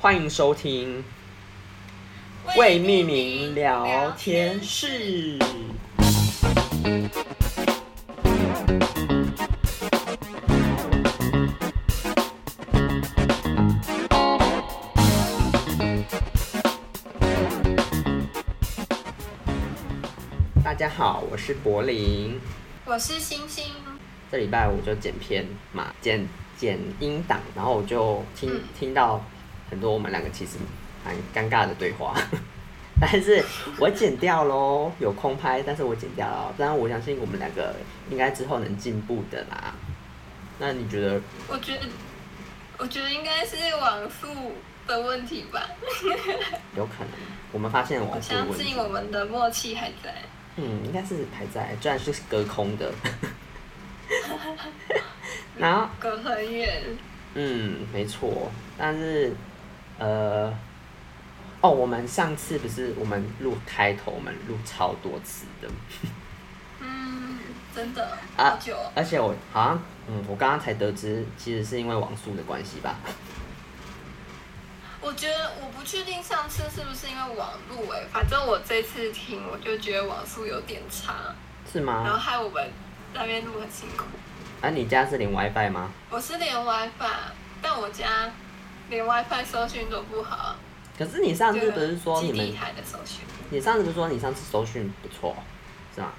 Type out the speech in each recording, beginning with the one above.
欢迎收听未命名聊天室。大家好，我是柏林。我是星星，这礼拜我就剪片嘛，剪剪音档，然后我就听、嗯听到很多我们两个其实蛮尴尬的对话， 但是我剪掉喽，有空拍，但是我剪掉了，但我相信我们两个应该之后能进步的啦。那你觉得？我觉得我觉得应该是网速的问题吧，有可能，我们发现我网速相问题信，我们的默契还在。嗯，应该是还在，虽然是隔空的。 然后隔很远，嗯，没错，但是，呃，哦，我们上次不是我们录开头，我们录超多次的，嗯，真的啊好久哦，而且我好像，嗯，我刚刚才得知，其实是因为网速的关系吧。我觉得我不确定上次是不是因为网路哎、反正我这次听我就觉得网速有点差，是然后吗？害我们那边录很辛苦。啊，你家是连 WiFi 吗？我是连 WiFi，但我家连 WiFi 搜讯都不好，可是你上次不是说你基地们，台的搜讯。你上次不是说你上次搜讯不错，是吗？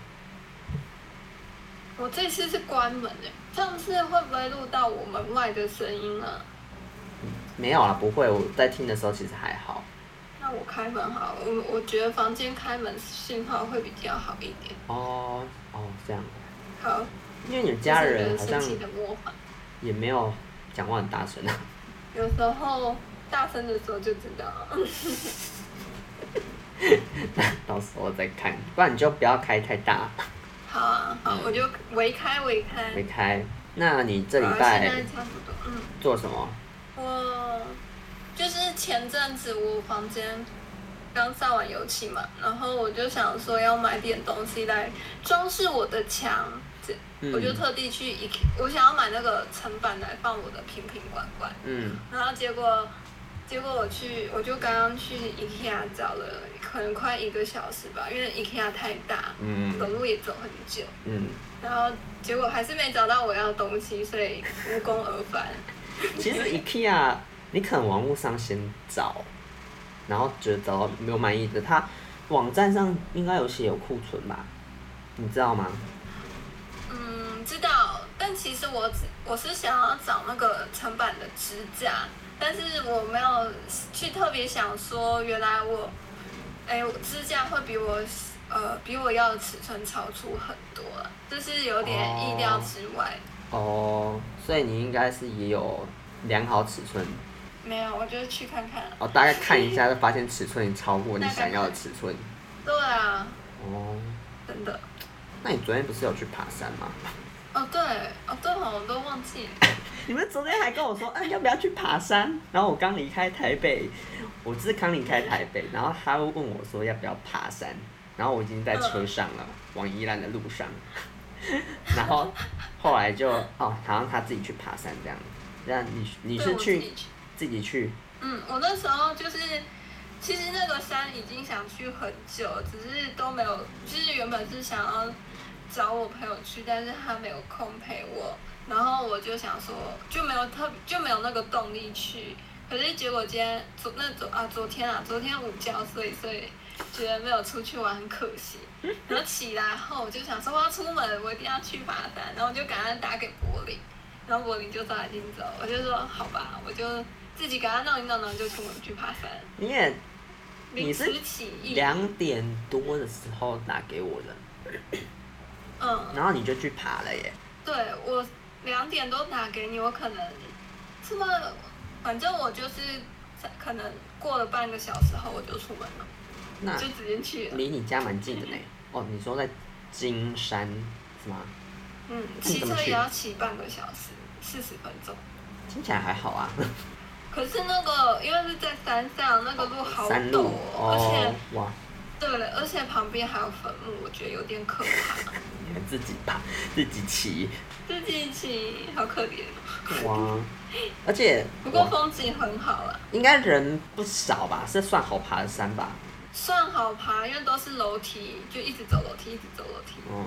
我这次是关门的，上次会不会录到我门外的声音啊？没有啦，不会，我在听的时候其实还好。那我开门好了，我我觉得房间开门信号会比较好一点。哦哦，这样，好，因为你家人好这是人像生气的魔法，也没有讲话很大声啊。有时候大声的时候就知道了。 到时候再看，不然你就不要开太大，好啊，好，我就围开围开。没开。那你这礼好啊现在拜差不多，嗯，做什么？我就是前阵子我房间刚上完油漆嘛，然后我就想说要买点东西来装饰我的墙。这嗯我就特地去 IKEA，我想要买那个层板来放我的瓶瓶罐罐，嗯然后结果结果我去，我就刚刚去 IKEA 找了，可能快一个小时吧，因为 IKEA 太大，走嗯路也走很久，嗯，然后结果还是没找到我要的东西，所以无功而返。其实 IKEA 你可能网络上先找，然后觉得找到没有满意的，它网站上应该有写有库存吧？你知道吗？嗯，知道，但其实我只我是想要找那个成版的支架，但是我没有去特别想说，原来我，哎、我支架会比我呃比我要的尺寸超出很多啊，就是有点意料之外。哦，所以你应该是也有量好尺寸，没有，我就去看看。哦，大概看一下 就发现尺寸超过你想要的尺寸。对啊，哦，真的。那你昨天不是有去爬山吗？哦对，哦对哦，我都忘记了。你们昨天还跟我说，哎、要不要去爬山？然后我刚离开台北，我是刚离开台北，然后他问我说要不要爬山，然后我已经在车上了，往宜兰的路上，然后后来就哦，好像他自己去爬山这样。那你你对是我自去己去自己去？嗯，我那时候就是，其实那个山已经想去很久，只是都没有，就是原本是想要找我朋友去，但是他没有空陪我，然后我就想说就没有特就没有那个动力去，可是结果今天昨那昨啊昨天啊昨天午觉睡所以觉得没有出去玩很可惜，然后起来后我就想说我要出门，我一定要去爬山，然后我就赶快打给柏林。然后柏林就早已经走，我就说好吧，我就自己给他弄一弄，然后就出门去爬山。你也你临是时起意，两点多的时候打给我的，嗯，然后你就去爬了耶。对我两点多打给你，我可能这么，反正我就是可能过了半个小时后我就出门了，那就直接去了。离啊你家蛮近的呢。哦，你说在金山是吗？嗯，你骑怎么车去也要骑半个小时，四十分钟。听起来还好啊。可是那个因为是在山上，那个路好山陡路哦，而且哦，哇，对，而且旁边还有坟墓，我觉得有点可怕。你们自己爬，自己骑，自己骑，好可怜哦。哇！而且不过哇风景很好啊啦，应该人不少吧，是算好爬的山吧？算好爬，因为都是楼梯，就一直走楼梯，一直走楼梯。嗯，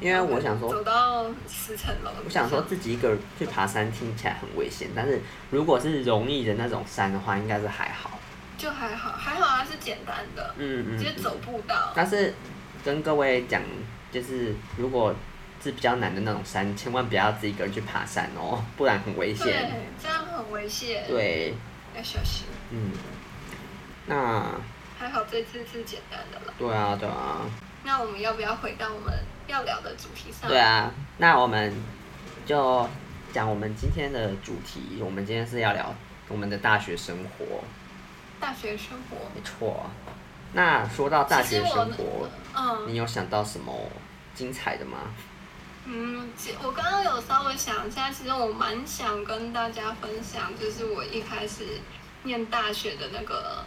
因为我想说走，到十层楼。我想说自己一个人去爬山听起来很危险，但是如果是容易的那种山的话，应该是还好。就还好，还好啊它是简单的，嗯嗯。就是嗯走步道。但是跟各位讲，就是如果是比较难的那种山，千万不要自己一个人去爬山哦，不然很危对险。，这样很危险，对，要小心。嗯，那还好这次是简单的了。对啊，对嗯啊，那我们要不要回到我们要聊的主题上？对啊，那我们就讲我们今天的主题，我们今天是要聊我们的大学生活，大学生活。没错。那说到大其实学我生活，嗯你有想到什么精彩的吗？嗯，其我刚刚有稍微想一下，其实我蛮想跟大家分享，就是我一开始念大学的那个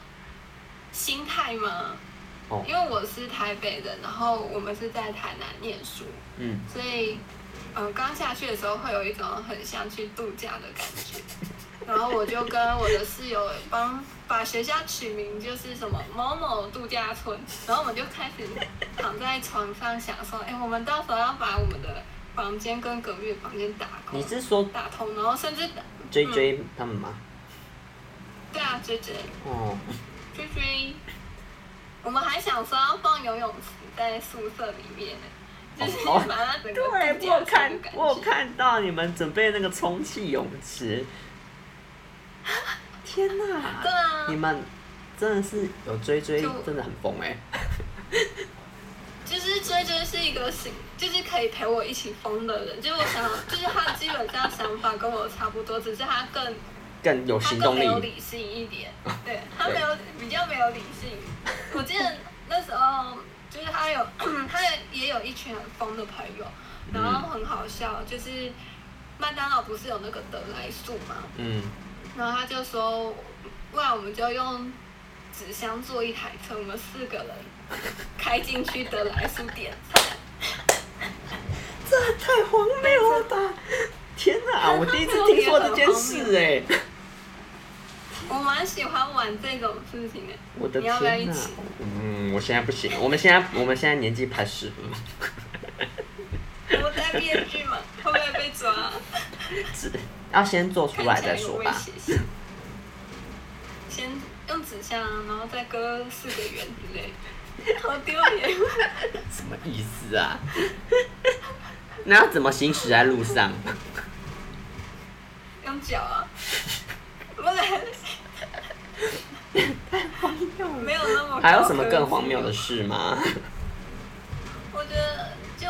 心态嘛。哦因为我是台北人，然后我们是在台南念书，嗯，所以，嗯，刚下去的时候会有一种很像去度假的感觉。然后我就跟我的室友帮把学校取名就是什么某某度假村，然后我们就开始躺在床上想说，哎，我们到时候要把我们的房间跟隔壁的房间打通你，是说打通，然后甚至追嗯追他们吗？对啊，追追哦，追追，我们还想说要放游泳池在宿舍里面，就是哦把它整个度假对，村我的有看，感我有觉看到你们准备那个充气泳池。啊天对哪！啊，你们真的是有追追，就真的很疯哎、就是追追是一个行，就是可以陪我一起疯的人。就是我想，就是他基本上想法跟我差不多，只是他更更有他行更动没有力。理性一点。对他没有比较没有理性。我记得那时候就是他有 他也有一群很疯的朋友，然后很好笑，就是麦当劳不是有那个德莱素吗？嗯，然后他就说，不然我们就用纸箱做一台车，我们四个人开进去的来书店。这太荒谬了吧！天哪，我第一次听说这件事哎、啊我蛮喜欢玩这种事情的。我的你要不要天一哪起？！嗯，我现在不行，我们现在我们现在年纪排十我戴面具嘛，会不会被 抓？是要先做出来看起再来有说威吧。胁性。先用纸箱，然后再割四个圆之类，好丢脸。什么意思啊？ 那要怎么行驶在路 上？用脚 啊，不是没有那么。还有什么更荒谬的？事吗？我觉得就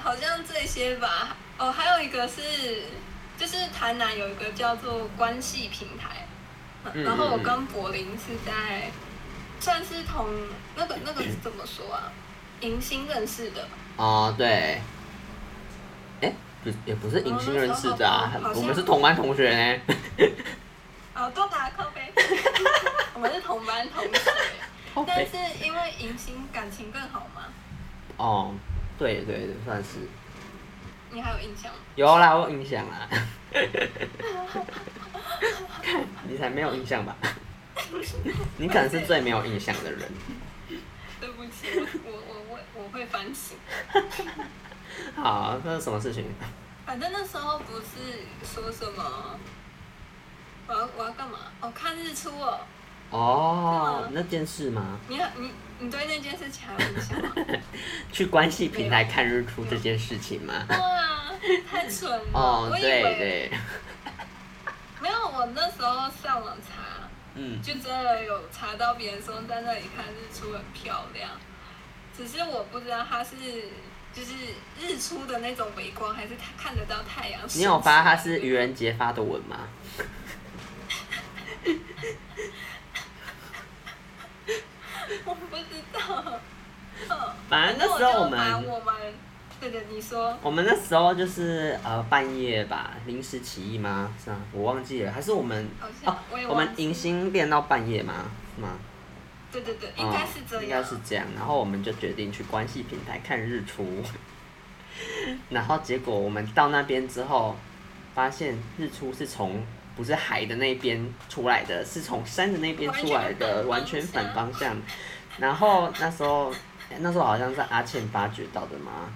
好像这些吧。哦，还有一个是，就是台南有一个叫做关系平台，嗯然后我跟柏林是在算是同那个那个是怎么说啊？迎新认识的，哦，对，哎，不，也不是隐性认识的啊哦那时候好，像我们是同班同学呢。 哦，多打咖啡，我们是同班同学，但是因为迎新感情更好嘛，哦，对对对，算是你还有印象吗？有啦，我有印象啦。 看你才没有印象吧？ 你可能是最没有印象的人。对不起，我我我我会反省。好，那是什么事情？反正那时候不是说什么，我要我要干嘛？哦，看日出哦。哦干嘛，那件事吗？你你你对那件事情还有 印象吗？去关系平台看日出这件事情吗？哇，啊太蠢了！哦，我以对为对，没有，我那时候上网查，嗯，就真的有查到别人说在那里看日出很漂亮，只是我不知道它是。就是日出的那种微光，还是它看得到太阳？你有发他是愚人节发的文吗？我不知道。 嗯反正那时候我然后就们把我们，对的，你说，我们那时候就是呃半夜吧，临时起意吗？是吗？我忘记了，还是我们好像哦我也，我忘们记迎新练到半夜吗？是吗？对对对，嗯应该是这应样。该是这样。然后我们就决定去关系平台看日出， 然后结果我们到那边之后，发现日出是从不是海的那边出来的，是从山的那边出来的，完完全全反反方向。然后那时候，哎那时候好像是阿倩发掘到的嘛，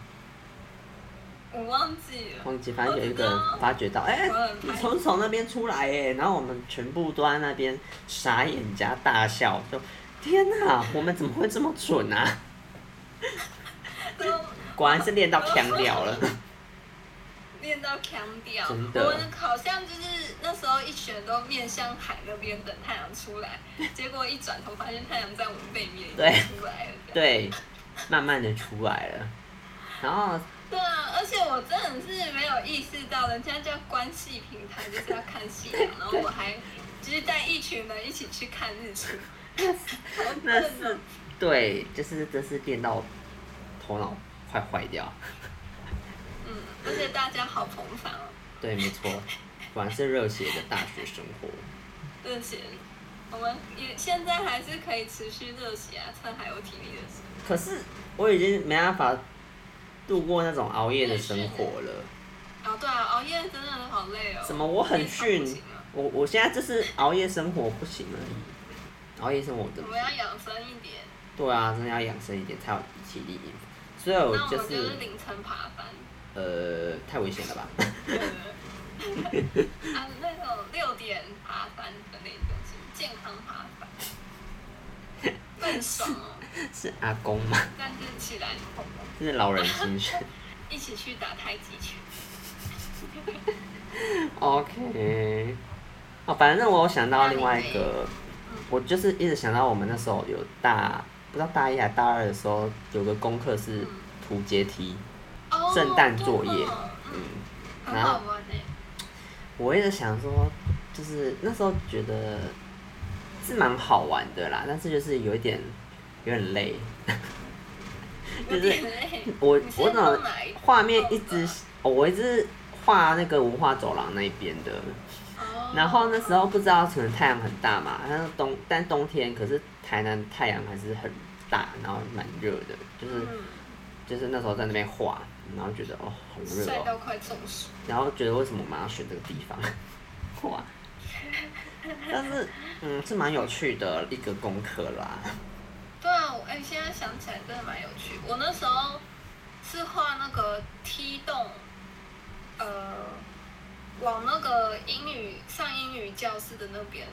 我忘记了。忘记，反正有一个人发觉到，哎、你从从那边出来哎、然后我们全部都在那边傻眼加大笑，就天哪、我们怎么会这么蠢啊？ 都果然是练到腔掉了。练到腔调。真的我们好像就是那时候一选都面向海那边等太阳出 来，结果一转头发现太阳在我们背面已经对出来了。对，慢慢的出来了。然后对啊，而且我真的是没有意识到，人家叫关系平台就是要看夕 阳，然后我还就是带一群人一起去看日出。好那笨哦是对，就是真是练到头脑快坏掉。嗯，而且大家好捧场哦，对，没错，果然是热血的大学生活。热血。我们也现在还是可以持续热血啊，趁还有体力的时候。可是我已经没办法度过那种熬夜的生活了。哦，对啊，熬夜真的好累哦。怎么我很夜逊场不行啊？我我现在就是熬夜生活不行而已。熬夜生活真我们要养生一点。对啊，真的要养生一点才有体力。所以我那我哦就们就是是凌晨爬山。呃，太危险了吧？ 啊，那种六点爬山的那种，是健康爬山，很爽哦。是阿公吗？但是起来后，是老人精神。一起去打太极拳。 OK，哦，反正我有想到另外一嗯个，我就是一直想到我们那时候有大，不知道大一还大二的时候，有个功课嗯是涂阶梯。哦圣诞作业对哦嗯，嗯，很好玩欸诶。我一直想说，就是那时候觉得是蛮好玩的啦，但是就是有一点有点累。就有是点累。我你是我怎么弄哪一种画面一直的，哦我一直画那个文化走廊那一边的，哦然后那时候不知道，可能太阳很大嘛，但是冬但冬天可是台南太阳还是很大，然后蛮热的，就是、嗯就是那时候在那边画，然后觉得哦好热晒哦，到快中暑。然后觉得为什么我们要选这个地 方画，但是嗯是蛮有趣的一个功课啦，对啊，我哎、现在想起来真的蛮有趣。我那时候是画那个踢动，呃，往那个英语上英语教室的那边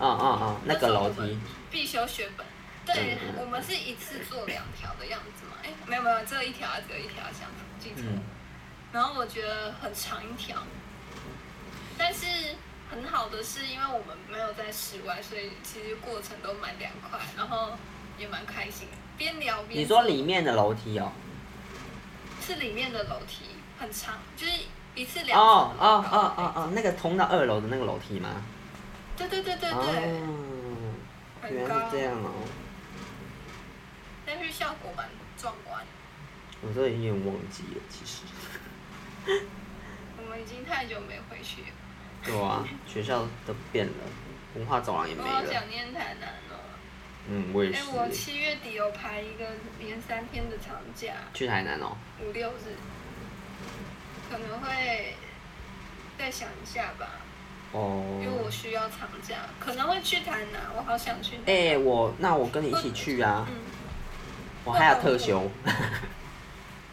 哦嗯嗯嗯，那个是楼我们梯，必修学本。嗯对嗯，我们是一次做两条的样子嘛？哎、没有没有，只有一条啊，只有一条啊，想记错。嗯，然后我觉得很长一条，但是很好的是，因为我们没有在室外，所以其实过程都蛮凉快，然后也蛮开心的，边聊边你说里面的楼梯哦，是里面的楼梯很长，就是一次哦两哦层楼哦高哦哦哦，那个通到二楼的那个楼梯吗？对对对对对，哦，很原高来是这，样哦。但是效果蛮壮观。我都已经有点忘记了，其实。我们已经太久没回去了，对啊，学校都变了，文化走廊也我没好了。想念台南哦。嗯，我也哎，我是。七月底有排一个连三天的长假，去台南哦，五六日，可能会再想一下吧，因为我哦。需要长假，可能会去台南，我好想去。哎、我那我跟你一起去啊，嗯，我还有特休。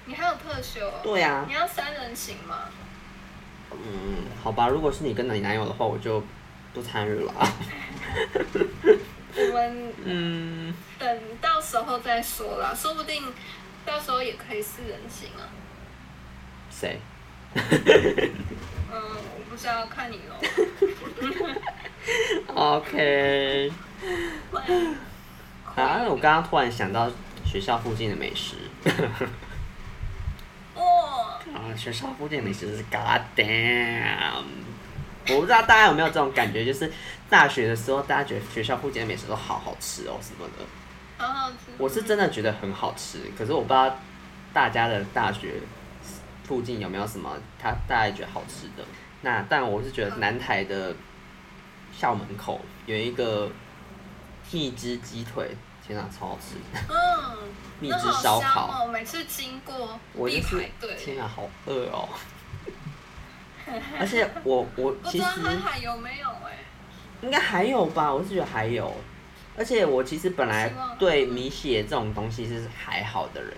你还有特休哦？对啊你，要三人行吗？嗯，好吧，如果是你跟你男友的话，我就不参与了啊。我们 嗯，等到时候再说啦，说不定到时候也可以四人行啊。谁？嗯，我不知道，看你 喽。 OK。会啊，我刚刚突然想到学校附近的美食。 哦，啊，学校附近的美食是 god damn。我不知道大家有没有这种感觉，就是大学的时候，大家觉得学校附近的美食都好好吃哦什么的。好好吃。我是真的觉得很好吃，可是我不知道大家的大学附近有没有什么他大家觉得好吃的。那但我是觉得南台的校门口有一个蜜汁鸡腿，天哪、超好吃！嗯，蜜那汁好烧香烤，哦！每次经过我就必是排队天，哪、好饿 哦！而且我我不其知实道它还有没有哎、应该还有吧，我是觉得还有。而且我其实本来希望对米血这种东西是还好的人，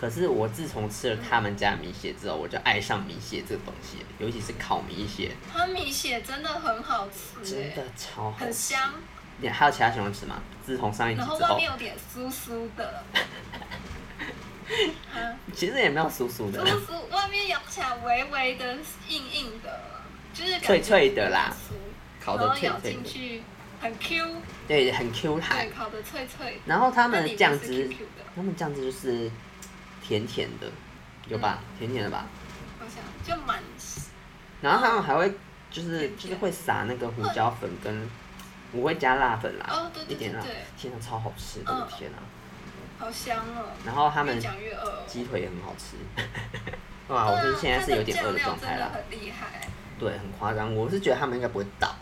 可是我自从吃了他们家米血之后，我就爱上米血这个东西了，尤其是烤米血，它米血真的很好吃、真欸，的超好很吃。香，你还有其他形容词吗？自从上一集然后之外后，面有点酥酥的，啊，其实也没有酥酥的酥，酥，外面咬起来微微的硬硬的，就是感觉脆脆的啦酥，烤然的后脆咬脆进的，去很 Q，对，很 Q 弹对，。烤的脆脆，然后他那们里的面酱是汁 Q，Q 的，他们酱汁就是甜甜的，有吧？嗯甜甜的吧？我想就蛮然后他们还会就是嗯就是会撒那个胡椒粉跟，我会加辣粉啦，哦，对一对对点辣对，，天啊超好吃的，嗯我的天啊！好香哦，然后他们越讲越饿哦。鸡腿也很好 吃，哇，我是啊现在是有点饿的状态啦。啦，很厉害，对，很夸张，我是觉得他们应该不会倒，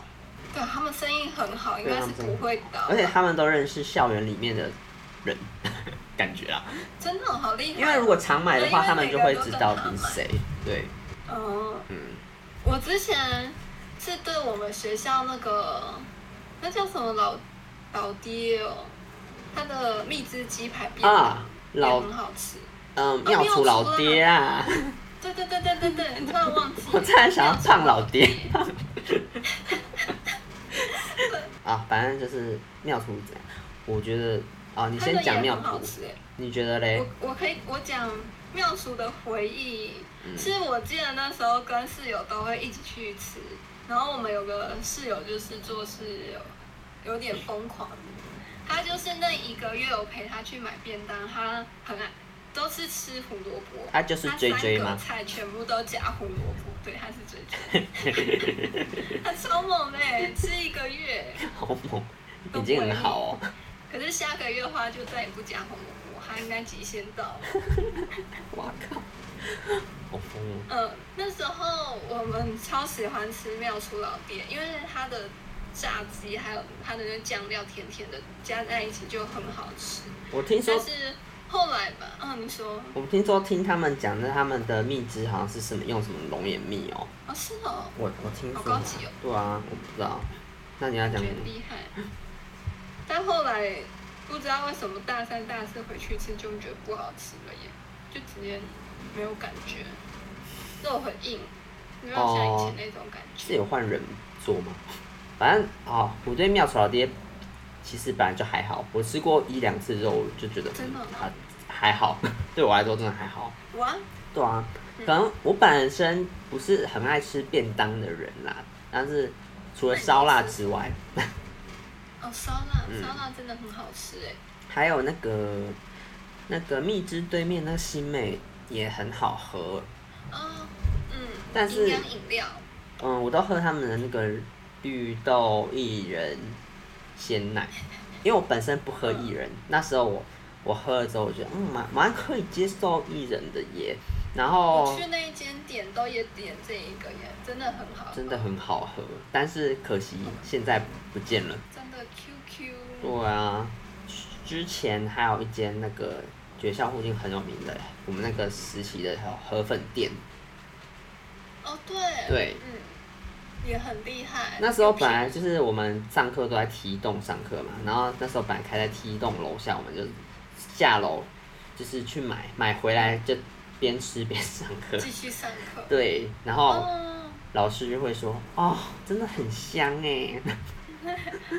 对他们生意很好，应该是不会倒而。且他们都认识校园里面的人，感觉啦，真的好厉害。因为如果常买的话，啊对他因们为每就个会人知都道常你是买谁，对，嗯，嗯，我之前是对我们学校那个那叫什么老老爹哦，他的蜜汁鸡排便啊，也啊老很好吃。嗯妙厨老爹啊，对对对对对 。对，突然忘记我突然想要唱老爹。 啊，反正就是妙厨怎样？我觉得啊，你他的先讲也妙很厨好，吃耶。你觉得嘞？我我可以我讲妙叔的回忆，嗯是我记得那时候跟室友都会一起去吃，然后我们有个室友就是做事有有点疯狂，他就是那一个月我陪他去买便当，他很爱都是吃胡萝卜，他就是他追追三吗个？菜全部都加胡萝卜，对，他是追追， 他超猛的、欸吃一个月，好猛，眼睛很好哦。可是下个月的话就再也不加胡萝卜，他应该极限到了。哇靠，好疯哦！呃，那时候我们超喜欢吃妙厨老爹，因为它的炸鸡还有它的那酱料甜甜的，加在一起就很好吃。我听说但，是后来吧，嗯，你说，我听说听他们讲的，他们的蜜汁好像是什么用什么龙眼蜜哦。哦是哦，我我听好说高级哦，对啊，我不知道。那你要觉讲得什很么？厉 害。但后来不知道为什么大三大四回去吃就觉得不好吃了耶，就直接没有感觉，肉很硬，没有像以前那种感哦是觉。有换人做吗？反正哦，我对妙手老爹其实本来就还好，我吃过一两次之后我就觉得嗯真的吗还还好， 对我来说真的还好。哇，对啊，嗯可能我本身不是很爱吃便当的人啦，但是除了烧腊之外，哦烧腊，嗯烧腊真的很好吃哎。还有那个那个蜜汁对面那新美也很好喝，哦，嗯，但是营养饮料，嗯，我都喝他们的那个绿豆薏仁鲜奶，因为我本身不喝薏仁，那时候我我喝了之后，我觉得嗯蛮蛮可以接受薏仁的耶，然后我去那一间点都也点这一个耶，真的很好，真的很好喝，但是可惜现在不见了。真的 QQ，对啊，之前还有一间那个学校附近很有名的，我们那个实习的还有河粉店，哦对，对嗯，也很厉害。那时候本来就是我们上课都在梯栋上课嘛，然后那时候本来开在梯栋楼下，我们就下楼就是去买，买回来就边吃边上 课。继续上课，对，然后哦，老师就会说：“哦，真的很香哎。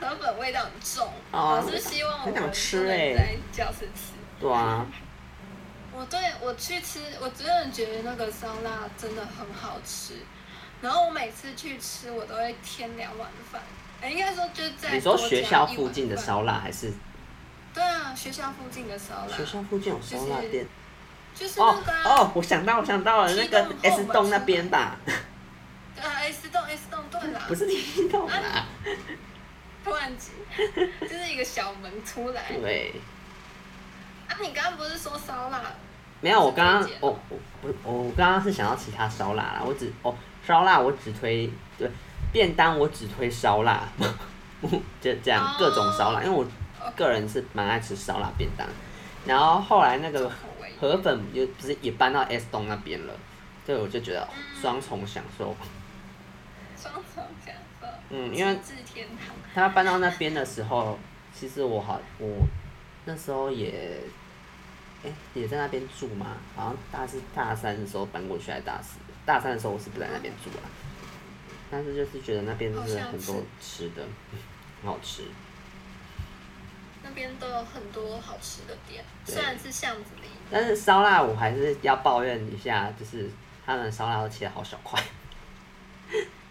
河粉味道很重，哦老师希望我很想们吃欸不能耶在教室吃。”对啊，我对我去吃，我真的觉得那个烧腊真的很好吃。然后我每次去吃，我都会添两碗饭，哎，应该说就是在你说学校附近的烧腊还是对啊，学校附近的烧腊学，校附近有烧腊店？就是哦那个、啊、哦，我想到我想到了，那个梯栋后 S 栋那边吧，对啊，S 栋 S 栋对啦， 不是梯栋啦，突然间 就是一个小门出来。对，啊，你刚刚不是说烧腊？没有，我刚是刚推荐我我我我刚刚是想到其他烧腊啦，我只哦烧腊我只推对便当我只推烧腊，就这样 哦各种烧腊，因为我个人是蛮爱吃烧腊便当，然后后来那个口味河粉就不是也搬到 S 东那边了，对，我就觉得哦嗯双重享受。双重享受，嗯因为自制天堂，他搬到那边的时候，其实我好我那时候也，哎、也在那边住嘛，好像大是大三的时候搬过去，还是大四？大三的时候我是不在那边住啦，但是就是觉得那边就是很多吃的，很好吃。那边都有很多好吃的店，对虽然是巷子里，但是烧腊我还是要抱怨一下，就是他们的烧腊都切的好小块，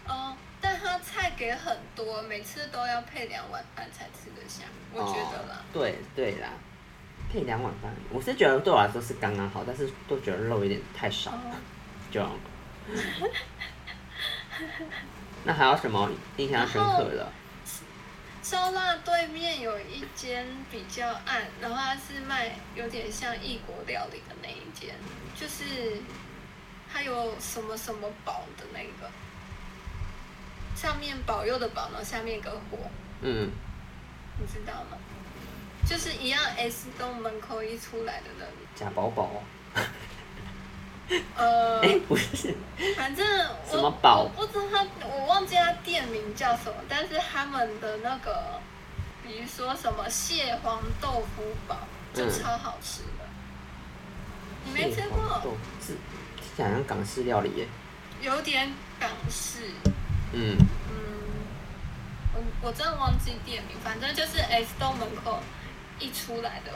哦，但它菜给很多，每次都要配两碗饭才吃得下，我觉得啦哦。对对啦，配两碗饭，我是觉得对我来说是刚刚好，但是都觉得肉有点太少了。哦，就。 那还有什么印象深刻的？烧腊对面有一间比较暗，然后它是卖有点像异国料理的那一间，就是它有什么什么堡的那个，上面保佑的保，然后下面一个火，嗯，你知道吗？就是一样 S 东门口一出来的那里，贾宝宝哦，呃哎、，不是，反正我什么宝我不知道他，我忘记他店名叫什么，但是他们的那个，比如说什么蟹黄豆腐堡，就嗯超好吃的。你没吃过？豆是听起来好像港式料理耶。有点港式，嗯，嗯，我我真的忘记店名，反正就是 S 东门口一出来的，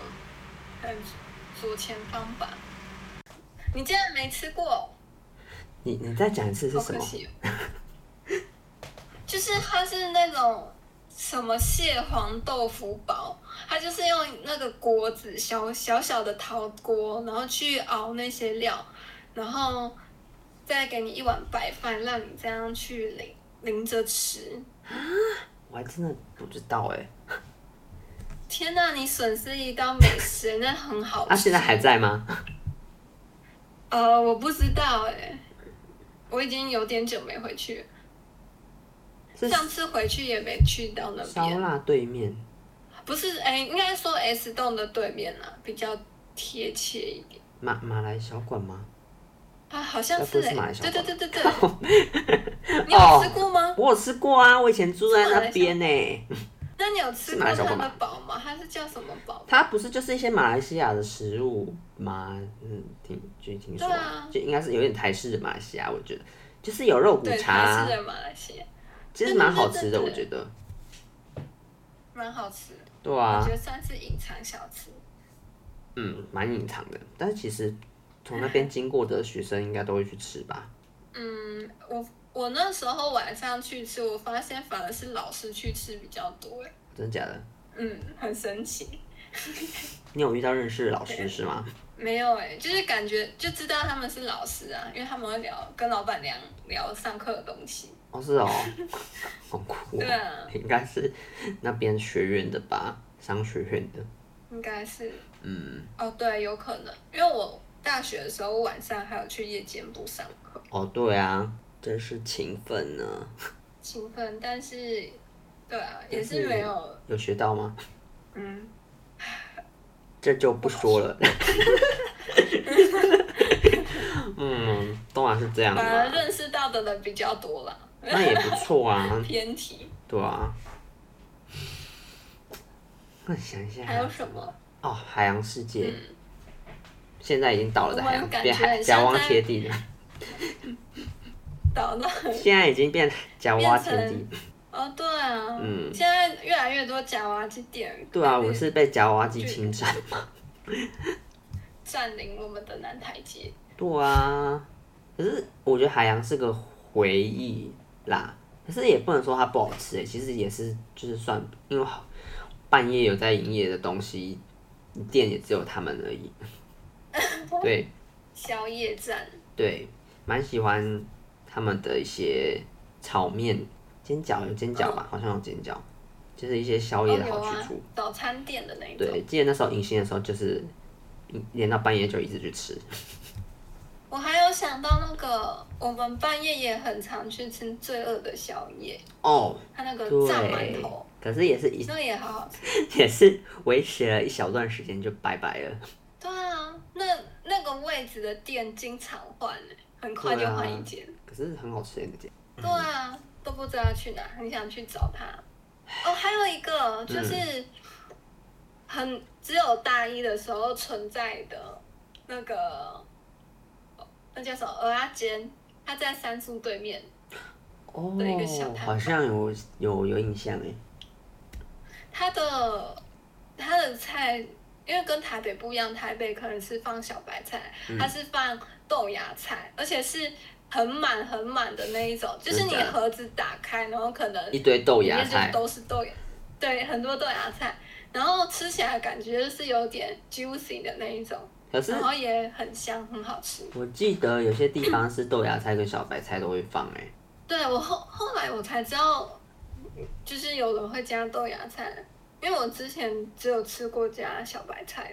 很左前方吧。你竟然没吃过？你你再讲一次是好什可么？惜哦。 就是它是那种什么蟹黄豆腐煲，它就是用那个锅子小小小的陶锅，然后去熬那些料，然后再给你一碗白饭，让你这样去淋淋着吃。我还真的不知道哎。天呐，你损失一道美食，那很好吃。他、啊现在还在吗？呃，我不知道哎、我已经有点久没回去是了，上次回去也没去到那边烧。腊对面。不是，哎、应该说 S 栋的对面啦，比较贴切一点。马马来小馆吗？啊，好像那不是是哎、马来西亚哦对吧对对对 对，你有吃过吗？我有吃过啊，我以前住在那边欸呢、那你有吃是过马来西亚它吧的堡吗？它是叫什么堡？它不是就是一些马来西亚的食物吗？嗯，听就听说，对啊就应该是有点台式的马来西亚，我觉得就是有肉骨对，它茶是，在马来西亚，其实蛮好吃的，对我对对觉得。蛮好吃的，对我啊觉，得算是隐藏小吃。嗯，蛮隐藏的，但是其实从那边经过的学生应该都会去吃吧。嗯，我我那时候晚上去吃，我发现反而是老师去吃比较多、哎，真的假的？嗯，很神奇。你有遇到认识的老师是吗？没有哎、就是感觉就知道他们是老师啊，因为他们会聊跟老板娘聊上课的东西。哦，是哦， 好酷、对哦，啊，应该是那边学院的吧，商学院的。应该是嗯，哦，对，有可能，因为我大学的时候晚上还有去夜间部上课，哦，对啊，真是勤奋呢，勤奋，但是对啊，但也是是没有，有学到吗？嗯，这就不说了。嗯，当然是这样反而的，认识到的人比较多啦。那也不错啊，偏题对啊。那想一下，还有什么？哦，海洋世界、嗯现在已经到了的海我洋，们感变觉海很像甲蛙在贴地了，到了现在已经变甲蛙变贴成地。哦，对啊，嗯现在越来越多假娃机店对啊，我是被甲蛙机侵占嘛。占领我们的南台街，对啊，可是我觉得海洋是个回忆啦，可是也不能说它不好吃诶、其实也是就是算，因为好半夜有在营业的东西，店也只有他们而已。对宵夜站，对，蛮喜欢他们的一些炒面、煎饺有煎饺吧，好像有煎饺，就是一些宵哦夜的有好去啊处。，早餐店的那一种，对，记得那时候迎新的时候，就是连到半夜就一直去吃。我还有想到那个，我们半夜也很常去吃罪恶的宵夜，哦，他那个对炸馒头，可是也是一那也好好吃。 也是维持了一小段时间就拜拜了。对啊，那那个位置的店经常换欸很快就换一间。可是很好吃的那间，对啊，都不知道去哪，很想去找他。哦，还有一个就是很只有大一的时候存在的那个，那叫什么鹅阿煎，它在三宿对面。哦对一个小摊，贩好像有有有印象哎。它的它的菜，因为跟台北不一样，台北可能是放小白菜，嗯它是放豆芽菜，而且是很满很满的那一种，就是你真的盒子打开，然后可能一堆豆里芽面就是菜，都是豆芽，对，很多豆芽菜，然后吃起来感觉就是有点 juicy 的那一种，可是然后也很香，很好吃。我记得有些地方是豆芽菜跟小白菜都会放哎、对我后后来我才知道，就是有人会加豆芽菜，因为我之前只有吃过加小白菜，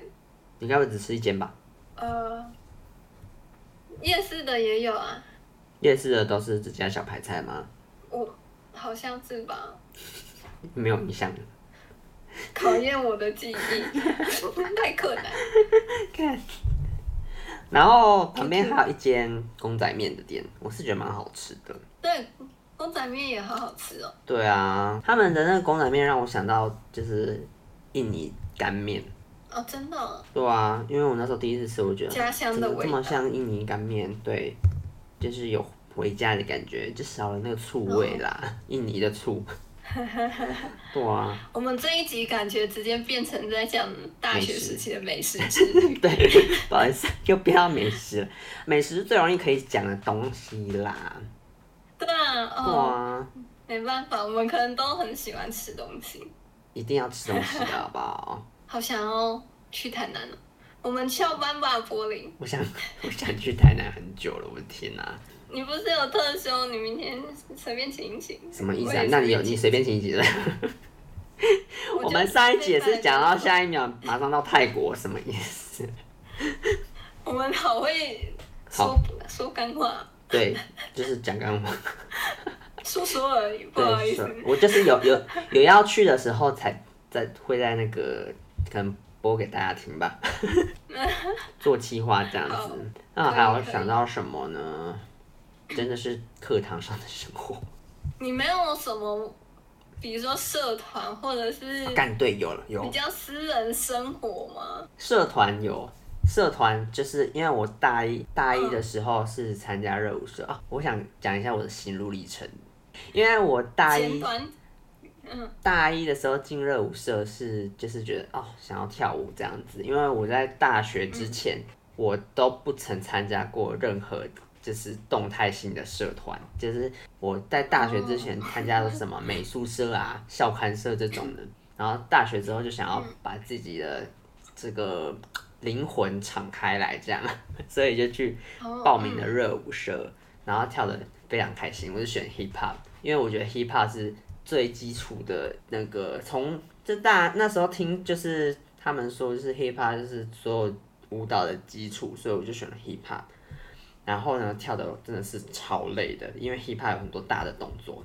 你该不会只吃一间吧？呃，夜市的也有啊，夜市的都是只加小白菜吗？我好像是吧， 没有印象。考验我的记忆， 太困难。看。然后旁边还有一间公仔面的店，我是觉得蛮好吃的。对，公仔面也好好吃哦，对啊，他们的那个公仔面让我想到就是印尼干面。哦，真的哦、对啊，因为我那时候第一次吃，我觉得家乡的怎么味这道么像印尼干面，对，就是有回家的感觉，就少了那个醋哦味啦， 印尼的 醋。对啊， 我们这一集感觉直接变成在讲大学时期的美食之 旅。对，不好意思，又不要美食了，美食是最容易可以讲的东西啦。对啊，对哦，啊，没办法，我们可能都很喜欢吃东西，一定要吃东西的好不好？ 好想要去台南哦。我们翘班吧，柏林。我想， 我想去台南很久了，我的天哪、你不是有特休？你明天随便请一请。什么意思我啊也？那你有随便请你随便请一集 的。请我我就们上一集也随是便讲到拜下一秒马上到泰国，什么意思？我们好会说说干话，对，就是讲干 话。说说而已，不好对，意思是。我就是有有有要去的时候才在会在那个可能播给大家听吧， 做企划这样好子。那我还可有以可以想到什么呢？真的是课堂上的生活。你没有什么，比如说社团或者是 干对，有了有嗯比较私人生活吗？社团有。社团就是因为我大一大一嗯的时候是参加热舞社啊，我想讲一下我的心路历程，因为我大一前端大一的时候进热舞社是就是觉得哦想要跳舞这样子，因为我在大学之前、我都不曾参加过任何就是动态性的社团，就是我在大学之前参加了什么美术社啊、校刊社这种的，然后大学之后就想要把自己的这个灵魂敞开来这样， 所以就去哦报名的热舞社，然后跳的非常开心。我就选 hip hop，因为我觉得 hip hop 是最基础的那个，从就大那时候听就是他们说就是 hip hop 就是所有舞蹈的基础，所以我就选了 hip hop。然后呢，跳的真的是超累的，因为 hip hop 有很多大的动作。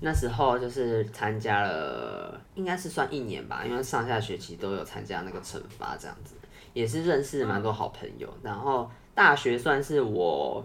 那时候就是参加了，应该是算一年吧，因为上下学期都有参加那个惩罚这样子，也是认识蛮多好朋友。然后大学算是我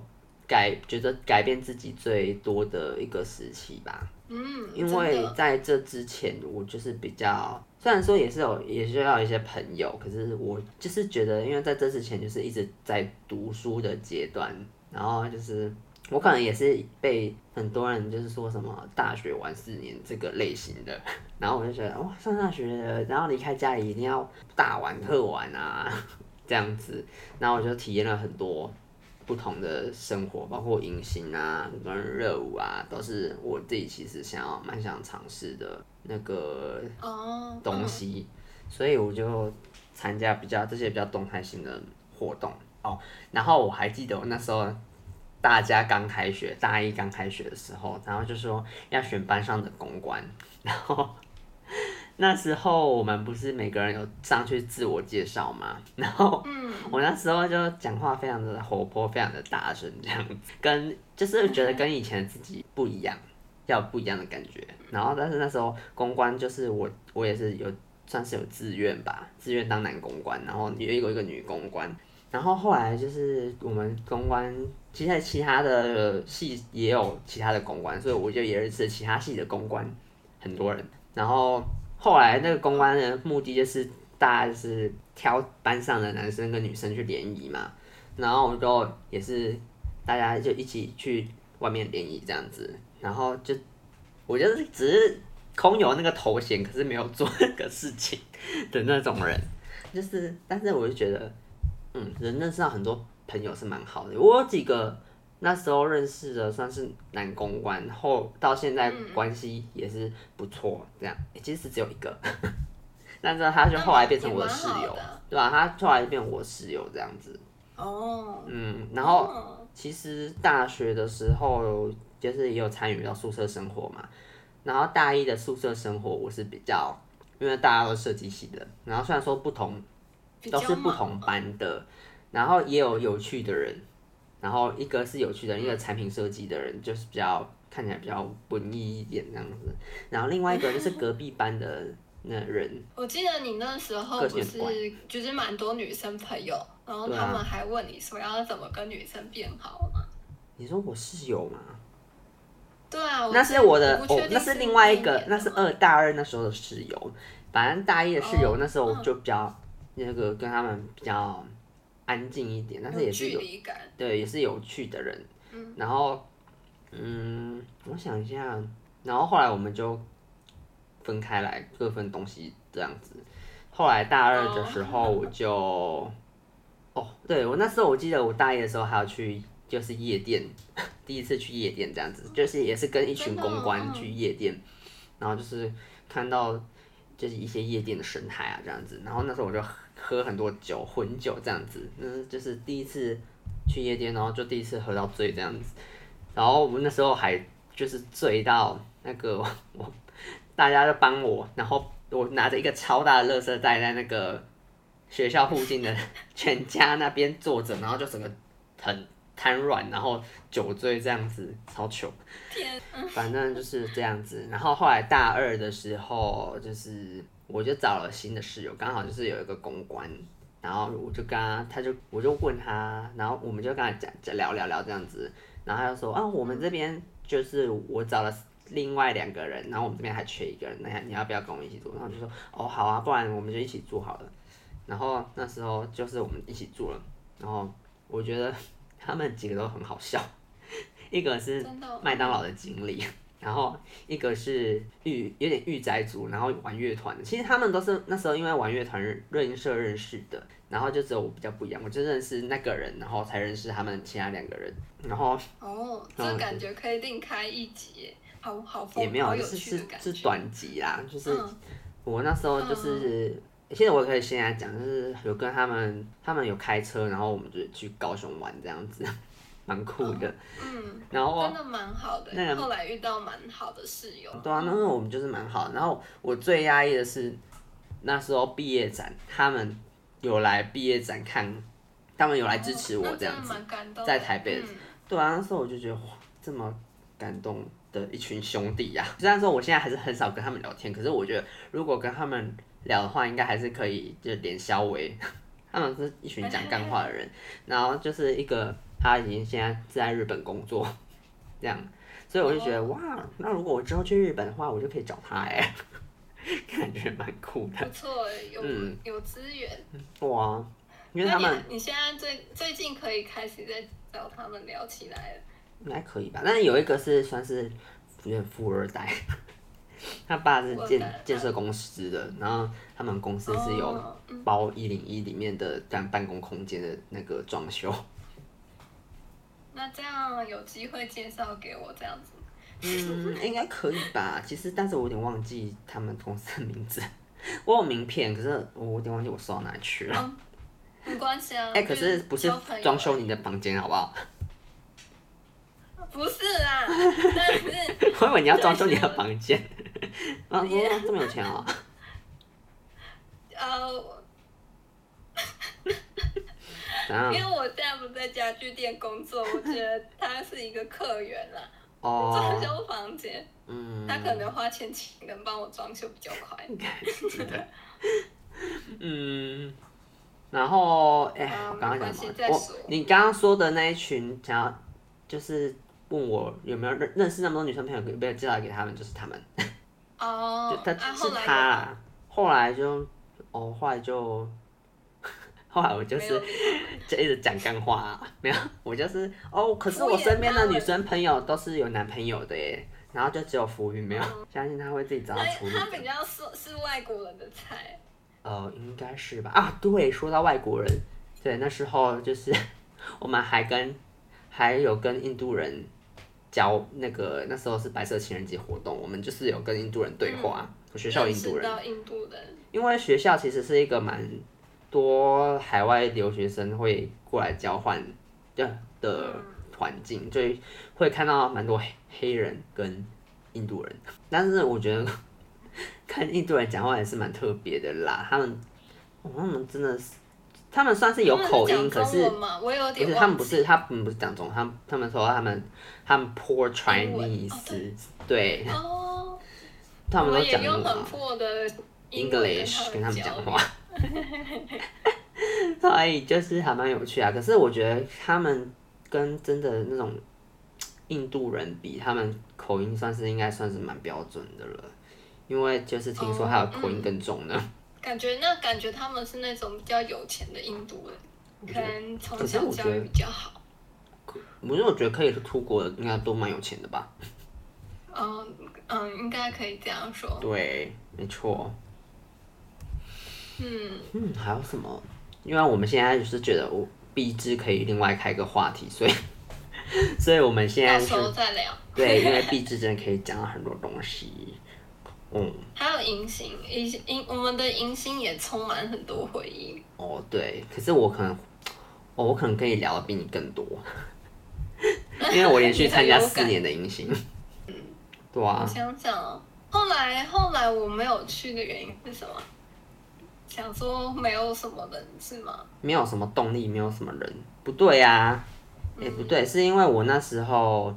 改觉得改变自己最多的一个时期吧，嗯，因真为的在这之前，我就是比较，虽然说也是有，也需要一些朋友，可是我就是觉得，因为在这之前就是一直在读书的阶段，然后就是我可能也是被很多人就是说什么大学玩四年这个类型的， 然后我就觉得哇，上大学了，然后离开家里一定要大玩特玩啊， 这样子，然后我就体验了很多不同的生活，包括迎新啊、跟热舞啊，都是我自己其实想要蛮想尝试的那个哦，东西，所以我就参加比较这些比较动态性的活动哦。然后我还记得我那时候大家刚开学，大一刚开学的时候，然后就说要选班上的公关，然后那时候我们不是每个人有上去自我介绍嘛，然后嗯我那时候就讲话非常的活泼，非常的大声，这样子，跟就是觉得跟以前自己不一样。要有不一样的感觉。然后，但是那时候公关就是我，我也是有算是有自愿吧，自愿当男公关，然后也有一个女公关。然后后来就是我们公关，其实在其他的系也有其他的公关，所以我就也认识其他系的公关很多人。然后后来那个公关的目的就是大家就是挑班上的男生跟女生去联谊嘛，然后我就也是大家就一起去外面联谊这样子，然后就我就是只是空有那个头衔，可是没有做那个事情的那种人，就是但是我就觉得。嗯，人认识到很多朋友是蛮好的。我有几个那时候认识的，算是男公关，后到现在关系也是不错。这样、欸其实只有一个， 但是他就后来变成我的室那蛮友好的，对吧、他后来变我室友这样子。哦，嗯，然后嗯其实大学的时候就是也有参与到宿舍生活嘛，然后大一的宿舍生活我是比较，因为大家都是设计系的，然后虽然说不同比较都是不忙同班的，然后也有有趣的人，然后一个是有趣的人，一个产品设计的人就是比较看起来比较文艺一点这样子，然后另外一个就是隔壁班的那人，我记得你那时候个不性是很怪就是蛮多女生朋友，然后对他啊们还问你说要怎么跟女生变好吗？你说我室友吗？对啊，那是我的我，不哦确，定那是另外一哪个，年那的是吗二大二那时候的室友。反正大一的室友、哦那时候嗯就比较那个跟他们比较安静一点，但是有也是距有离感。对也是有趣的人。然后嗯，我想一下，然后后来我们就分开来各分东西这样子。后来大二的时候我就。哦，对我那时候我记得我大一的时候还要去就是夜店，第一次去夜店这样子，就是也是跟一群真的哦公关嗯去夜店，然后就是看到就是一些夜店的生态啊这样子，然后那时候我就喝喝很多酒，混酒这样子，嗯，就是第一次去夜店，然后就第一次喝到醉这样子，然后我们那时候还就是醉到那个 我大家就帮我，然后我拿着一个超大的垃圾袋在那个学校附近的全家那边坐着，然后就整个很瘫软，然后酒醉这样子，超糗。天，反正就是这样子。然后后来大二的时候，就是我就找了新的室友，刚好就是有一个公关，然后我就跟他，他就我就问他，然后我们就跟他讲讲聊聊聊这样子，然后他就说啊，我们这边就是我找了。另外两个人，然后我们这边还缺一个人，那你要不要跟我一起住？然后我就说哦好啊，不然我们就一起住好了。然后那时候就是我们一起住了，然后我觉得他们几个都很好笑，一个是真的哦麦当劳的经理， 然后一个是御有点御宅族，然后玩乐团的。其实他们都是那时候因为玩乐团认认社认识的，然后就只有我比较不一样，我就认识那个人，然后才认识他们其他两个人，然后哦，嗯这感觉可以另开一集耶，好好疯也没有哦好就有是趣是的感觉。是短集啦，就是嗯，我那时候就是，现在我可以现在讲，就是有跟他们，他们有开车，然后我们就去高雄玩这样子，蛮酷的。嗯，然后真的蛮好的那耶。后来遇到蛮好的室友，对啊，那时候我们就是蛮好的。然后我最压抑的是那时候毕业展，他们有来毕业展看，他们有来支持哦我那这真的样子。蛮感动的。在台北嗯对啊，那时候我就觉得哇，这么感动的一群兄弟呀、虽然说我现在还是很少跟他们聊天，可是我觉得如果跟他们聊的话，应该还是可以，就脸消微。他们是一群讲干话的人，然后就是一个他已经现在是在日本工作，这样，所以我就哦觉得、哇，那如果我之后去日本的话，我就可以找他哎、 感觉蛮酷不 错耶，有嗯有资源。的哇，因为那他你们你现在最最近可以开始在找他们聊起来了。应该可以吧？但是有一个是算是有点富二代， 他爸是建富二代建设公司的，然后他们公司是有哦嗯包一零一里面的办办公空间的那个装修。那这样有机会介绍给我这样子，嗯，应该可以吧？其实，但是我有点忘记他们公司的名字。 我有名片，可是我有点忘记我送到哪里去了。没关系啊。哎、可是哦就不是交朋友啊装修你的房间好不 好？不是啦，但是我以为你要装修你的房 间。啊，不过这么有钱哦、呃，怎样嗯因为我现在不在家具店工作，我觉得他是一个客源啦。装哦，修房间，嗯，他可能花钱请人帮我装修比较快。应该是 的，嗯。然后，哎、好我刚刚讲啊没关系什么再？我说你刚刚说的那一群，想要就是问我有没有认认识那么多女生朋友，有没有介绍给他们，就是他们。哦，他啊，是后他来啦，后来就哦，后来就， 后来我就有没有是就一直讲干话、啊， 没有，我就是哦，可是敷我衍身边他的们女生朋友都是有男朋友的耶，然后就只有浮云没有，相信他会自己找到他出路哦他的哎比。较是是外国人的菜，哦，应该是吧？啊，对，说到外国人，对，那时候就是我们还跟还有跟印度人交那个那时候是白色情人节活动，我们就是有跟印度人对话，我学校有嗯认印度识人。到印度人，因为学校其实是一个蛮多海外留学生会过来交换的的环境，所以会看到蛮多黑黑人跟印度人。但是我觉得看印度人讲话也是蛮特别的啦，他们，哦、他们真的是，他们算是有口音，可他们讲中是文吗？我有不点是忘他们不记是他们不是讲中文，他们他们说他们他们 poor 英文 Chinese，、哦对对哦，他们我都也讲英用文啊很破的英文 English 跟他们讲交流话， 所以就是还蛮有趣啊。可是我觉得他们跟真的那种印度人比，他们口音算是应该算是蛮标准的了，因为就是听说哦他的嗯口音更重呢。感觉那感觉他们是那种比较有钱的印度我人，觉可得能从可是小我觉教得育比较好。我觉得我觉得可以出国的应该都蛮有钱的吧？嗯嗯，应该可以这样说。对，没错。嗯，嗯，还有什么？因为我们现在就是觉得我必知可以另外开个话题，所以 所以我们现在到是时候再聊。对，因为壁纸真的可以讲到很多东西。嗯，还有银星，银银我们的银星也充满很多回忆。哦，对，可是我可能，哦，我可能跟你聊的比你更多， 因为我连续你很参加有四感年的迎新。对啊我，想想哦，后来后来我没有去的原因是什么？想说没有什么人是吗？没有什么动力，没有什么人，不对啊，哎、不对，是因为我那时候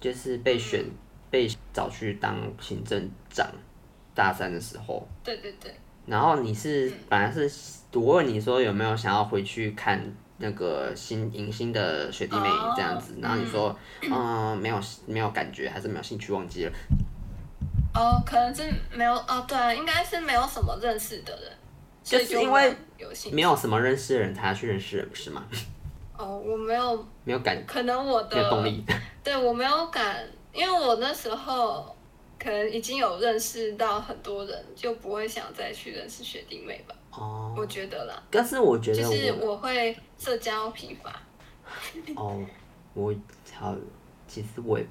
就是被选被找去当行政长，大三的时候，对对对，然后你是本来是我问你说有没有想要回去看那个新迎新的学弟妹哦这样子，然后你说嗯、没有没有感觉，还是没有兴趣，忘记了。嗯哦，可能是没有哦，对啊，应该是没有什么认识的人，就所是以因为没有有兴没有什么认识的人，才要去认识人，不是吗？哦，我没有，没有感，可能我没有的动力。对我没有敢，因为我那时候可能已经有认识到很多人，就不会想再去认识学弟妹吧，哦，我觉得啦，但是我觉就得我、是我会社交疲乏。哦，我好，其实我也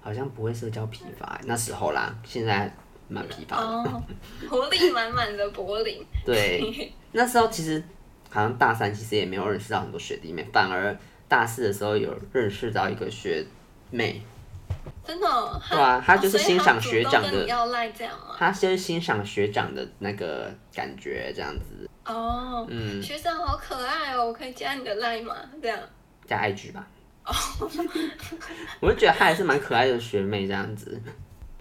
好像不会社交疲乏，那时候啦，现在蛮疲乏的。哦， 活力满满的柏林， 对，那时候其实好像大三其实也没有认识到很多学弟妹，反而大四的时候有认识到一个学妹，真的哦、他 对啊他哦就是所以欣他赏主学动长跟的你要赖这样吗？她就是欣赏学长的那个感觉，这样子，哦，嗯，学长好可爱哦，我可以加你的赖吗？这样，加 IG 吧。哦 我就觉得她还是蛮可爱的学妹这样子，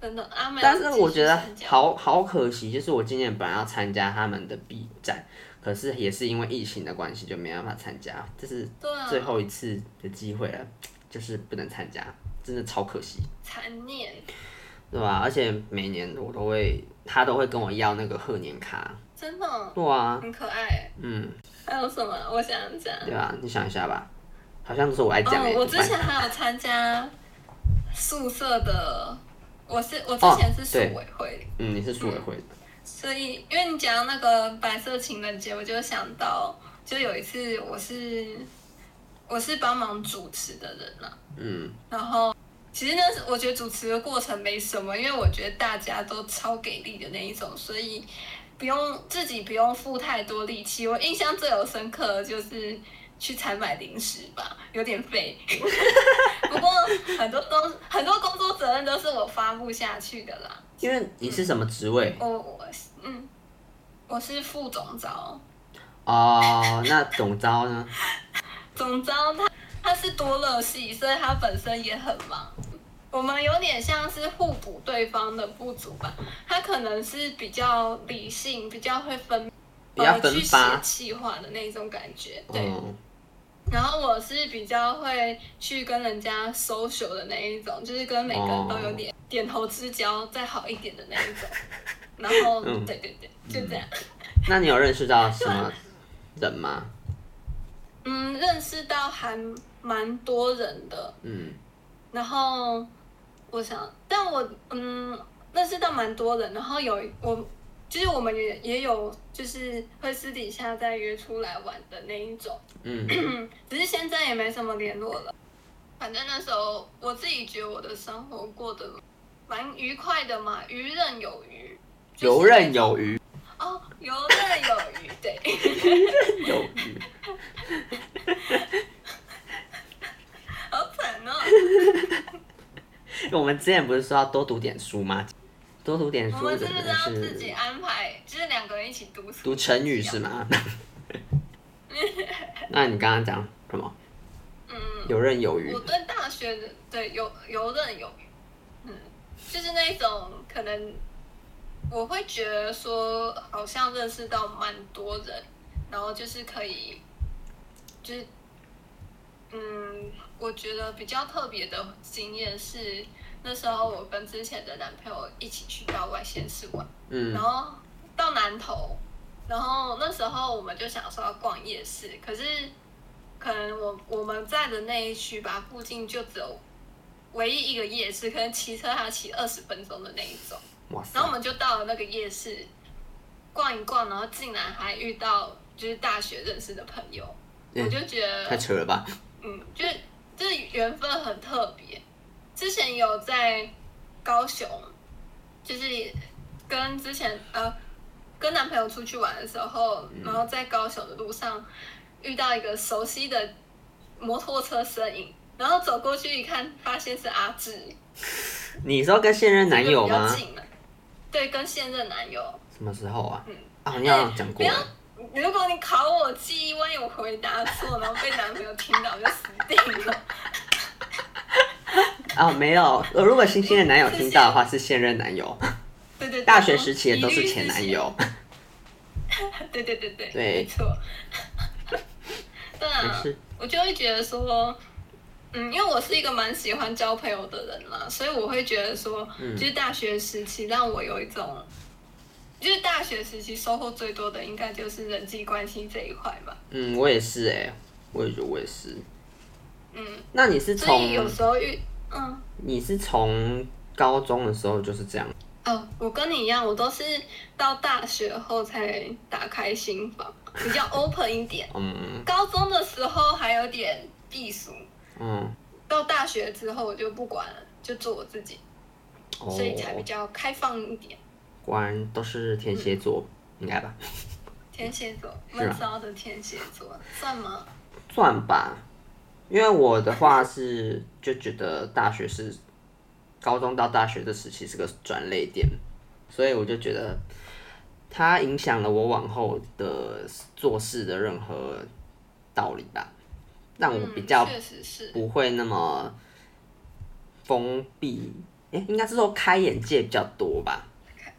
真的阿美，但是我觉得继续深交好好可惜，就是我今年本来要参加他们的 B 站，可是也是因为疫情的关系就没办法参加，这是对啊，最后一次的机会了，就是不能参加，真的超可惜，残念，对吧、而且每年我都会，他都会跟我要那个贺年卡，真的哦对啊，很可爱。嗯，还有什么？我想想，对啊，你想一下吧，好像是我来讲、欸哦，我之怎前么办还有参加宿舍的，我是我之哦前是宿对委会，嗯，你是组委会的，所以因为你讲那个白色情人节，我就想到，就有一次我是我是帮忙主持的人啊了、嗯，然后其实那是我觉得主持的过程没什么，因为我觉得大家都超给力的那一种，所以不用自己不用付太多力气。我印象最有深刻的就是去采买零食吧， 有点废，不过很多东很多工作责任都是我发布下去的啦。因为你是什么职位我我是嗯，我是副总招，哦，那总招呢？总招他他是多乐系，所以他本身也很忙。我们有点像是互补对方的不足吧。他可能是比较理性，比较会分比较呃分去写发企划的那种感觉，对。嗯，然后我是比较会去跟人家 social 的那一种，就是跟每个人都有点点头之交，再好一点的那一 种。然后，嗯对对对，就这样。那你有认识到什么人吗？嗯，认识到还蛮多人的。嗯，然后我想，但我嗯认识到蛮多人，然后有我就是我们也也有就是会私底下再约出来玩的那一种。嗯，只是现在也没什么联络了。反正那时候我自己觉得我的生活过得蛮愉快的嘛，游刃有余。就是游刃有余，哦，游刃有余， 对，有余。好惨 哦。我们之前不是说要多读点书吗？多读点我书们真是不是的要自己是安排，就是两个人一起读书？读成语是？ 吗？那你刚刚讲什么？嗯，游刃有余我。对大学的对游游刃有余，嗯，就是那种可能我会觉得说，好像认识到蛮多人，然后就是可以，就是嗯，我觉得比较特别的经验是，那时候我跟之前的男朋友一起去到外县市玩，嗯然后到南头，然后那时候我们就想说要逛夜市，可是可能我我们在的那一区吧，附近就只有唯一一个夜市，可能骑车还要骑二十分钟的那一种。哇塞然后，我们就到了那个夜市逛一逛，然后竟然还遇到就是大学认识的朋友，嗯我就觉太得扯了吧？嗯，就是这缘分很特别。之前有在高雄，就是跟之前呃跟男朋友出去玩的时候，嗯然后在高雄的路上遇到一个熟悉的摩托车身影，然后走过去一看，发现是阿志，你说跟现任男友就比较吗？近了。对，跟现任男友。什么时候啊嗯？哎啊，你好像讲不过要了。，如果你考我记忆，万一我回答错，然后被男朋友听到，我就死定了。啊，没有。呃如果新鲜的男友听到的话，是现任男友。对对对，大学时期的一都律是前男友。 对对对对，对没错。 对没 啊事，我就会觉得说，嗯，因为我是一个蛮喜欢交朋友的人啦，所以我会觉得说，嗯就是大学时期让我有一种，就是大学时期收获最多的应该就是人际关系这一块吧。嗯，我也是哎、我也觉得我也是。嗯，那你是所从以有时候遇，嗯，你是从高中的时候就是这样？哦，我跟你一样，我都是到大学后才打开心房，比较 open 一点。嗯高中的时候还有点避暑，嗯到大学之后我就不管了，就做我自己，哦所以才比较开放一点。果然都是天蝎座，应该吧？天蝎座，是啊闷骚的天蝎座，算吗？算吧，因为我的话是就觉得大学是高中到大学这时期是个转类点，所以我就觉得它影响了我往后的做事的任何道理吧，让我比较嗯、确实是，不会那么封闭，诶，应该是说开眼界比较多吧。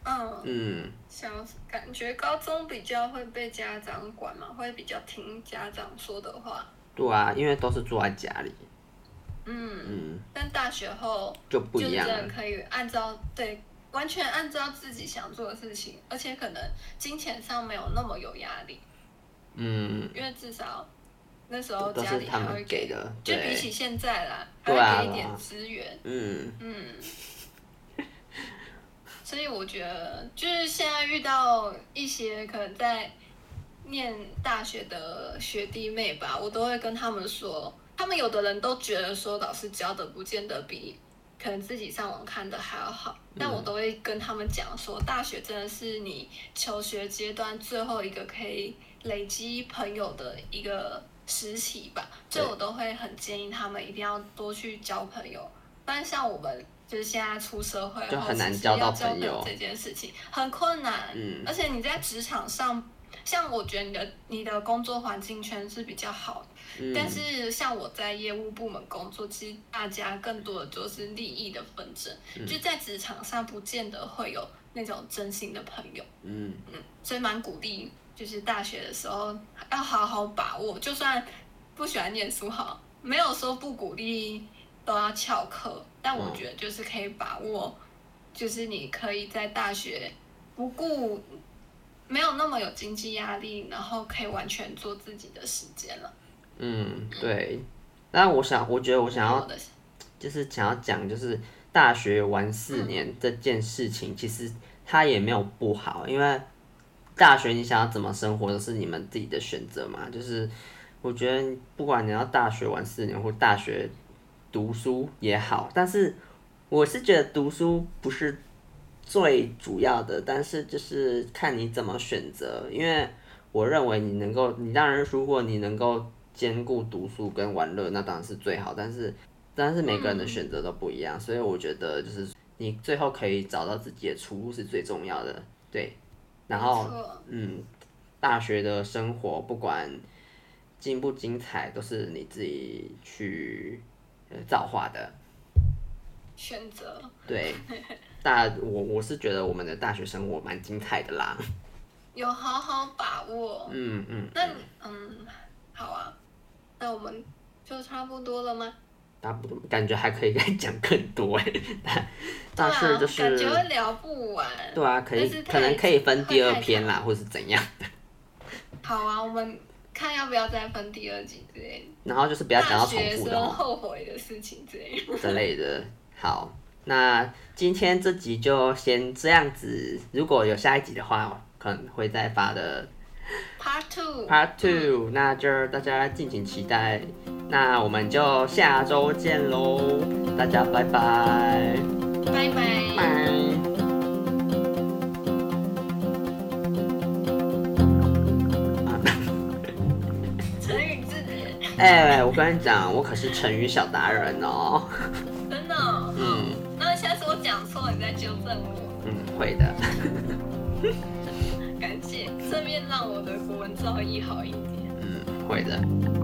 嗯，嗯，小感觉高中比较会被家长管嘛，会比较听家长说的话，对啊，因为都是住在家里，嗯，嗯，但大学后就不就一样真了的。可以按照对。完全按照自己想做的事情，而且可能金钱上没有那么有压力，嗯，因为至少那时候都家是里他还会们给的，就比起对，现在啦，还对啊会给一对啊点资源，嗯，嗯。 所以我觉得，就是现在遇到一些可能在念大学的学弟妹吧，我都会跟他们说，他们有的人都觉得说老师教的不见得比可能自己上网看的还要好，嗯但我都会跟他们讲说，大学真的是你求学阶段最后一个可以累积朋友的一个时期吧，所以对我都会很建议他们一定要多去交朋友。但像我们就是现在出社会就后，很难其实交到要交朋友这件事情很困难，嗯而且你在职场上像我觉得你的你的工作环境圈是比较好的，嗯但是像我在业务部门工作，其实大家更多的就是利益的纷争，嗯就在职场上不见得会有那种真心的朋友。嗯所以蛮鼓励，就是大学的时候要好好把握，就算不喜欢念书好，没有说不鼓励都要翘课，但我嗯觉得就是可以把握，就是你可以在大学不顾没有那么有经济压力，然后可以完全做自己的时间了。嗯，对。那我想，我觉得我想然后要我的就是想要讲，就是大学玩四年这件事情，其实它也没有不好，因为大学你想要怎么生活都是你们自己的选择嘛。就是我觉得不管你要大学玩四年或大学读书也好，但是我是觉得读书不是最主要的，但是就是看你怎么选择，因为我认为你能够，你当然如果你能够兼顾读书跟玩乐，那当然是最好，但是。但是每个人的选择都不一样，所以我觉得就是你最后可以找到自己的出路是最重要的，对。然后没错嗯，大学的生活不管精不精彩，都是你自己去呃造化的。选择， 对，大我我是觉得我们的大学生活蛮精彩的啦。有好好把握。嗯嗯，那你嗯，好啊，那我们就差不多了吗？大不感觉还可以再讲更多哎，但但是就对啊、是感觉会聊不完。对啊，可以但是太可能可以分第二太篇啦，或是怎样。好啊，我们看要不要再分第二集之类的，然后就是不要讲到大重学复时的候哦。后悔的事情之类 的。之类的。好，那今天这集就先这样子。如果有下一集的话，可能会再发的 Part Two， Part Two，那就大家敬请期待。那我们就下周见喽，大家拜拜，拜拜。拜。成语字典，哎、我跟你讲，我可是成语小达人哦。真的哦、嗯那下次我讲错，你再纠正我。嗯，会的。感谢，顺便让我的国文造诣好一点。嗯，会的。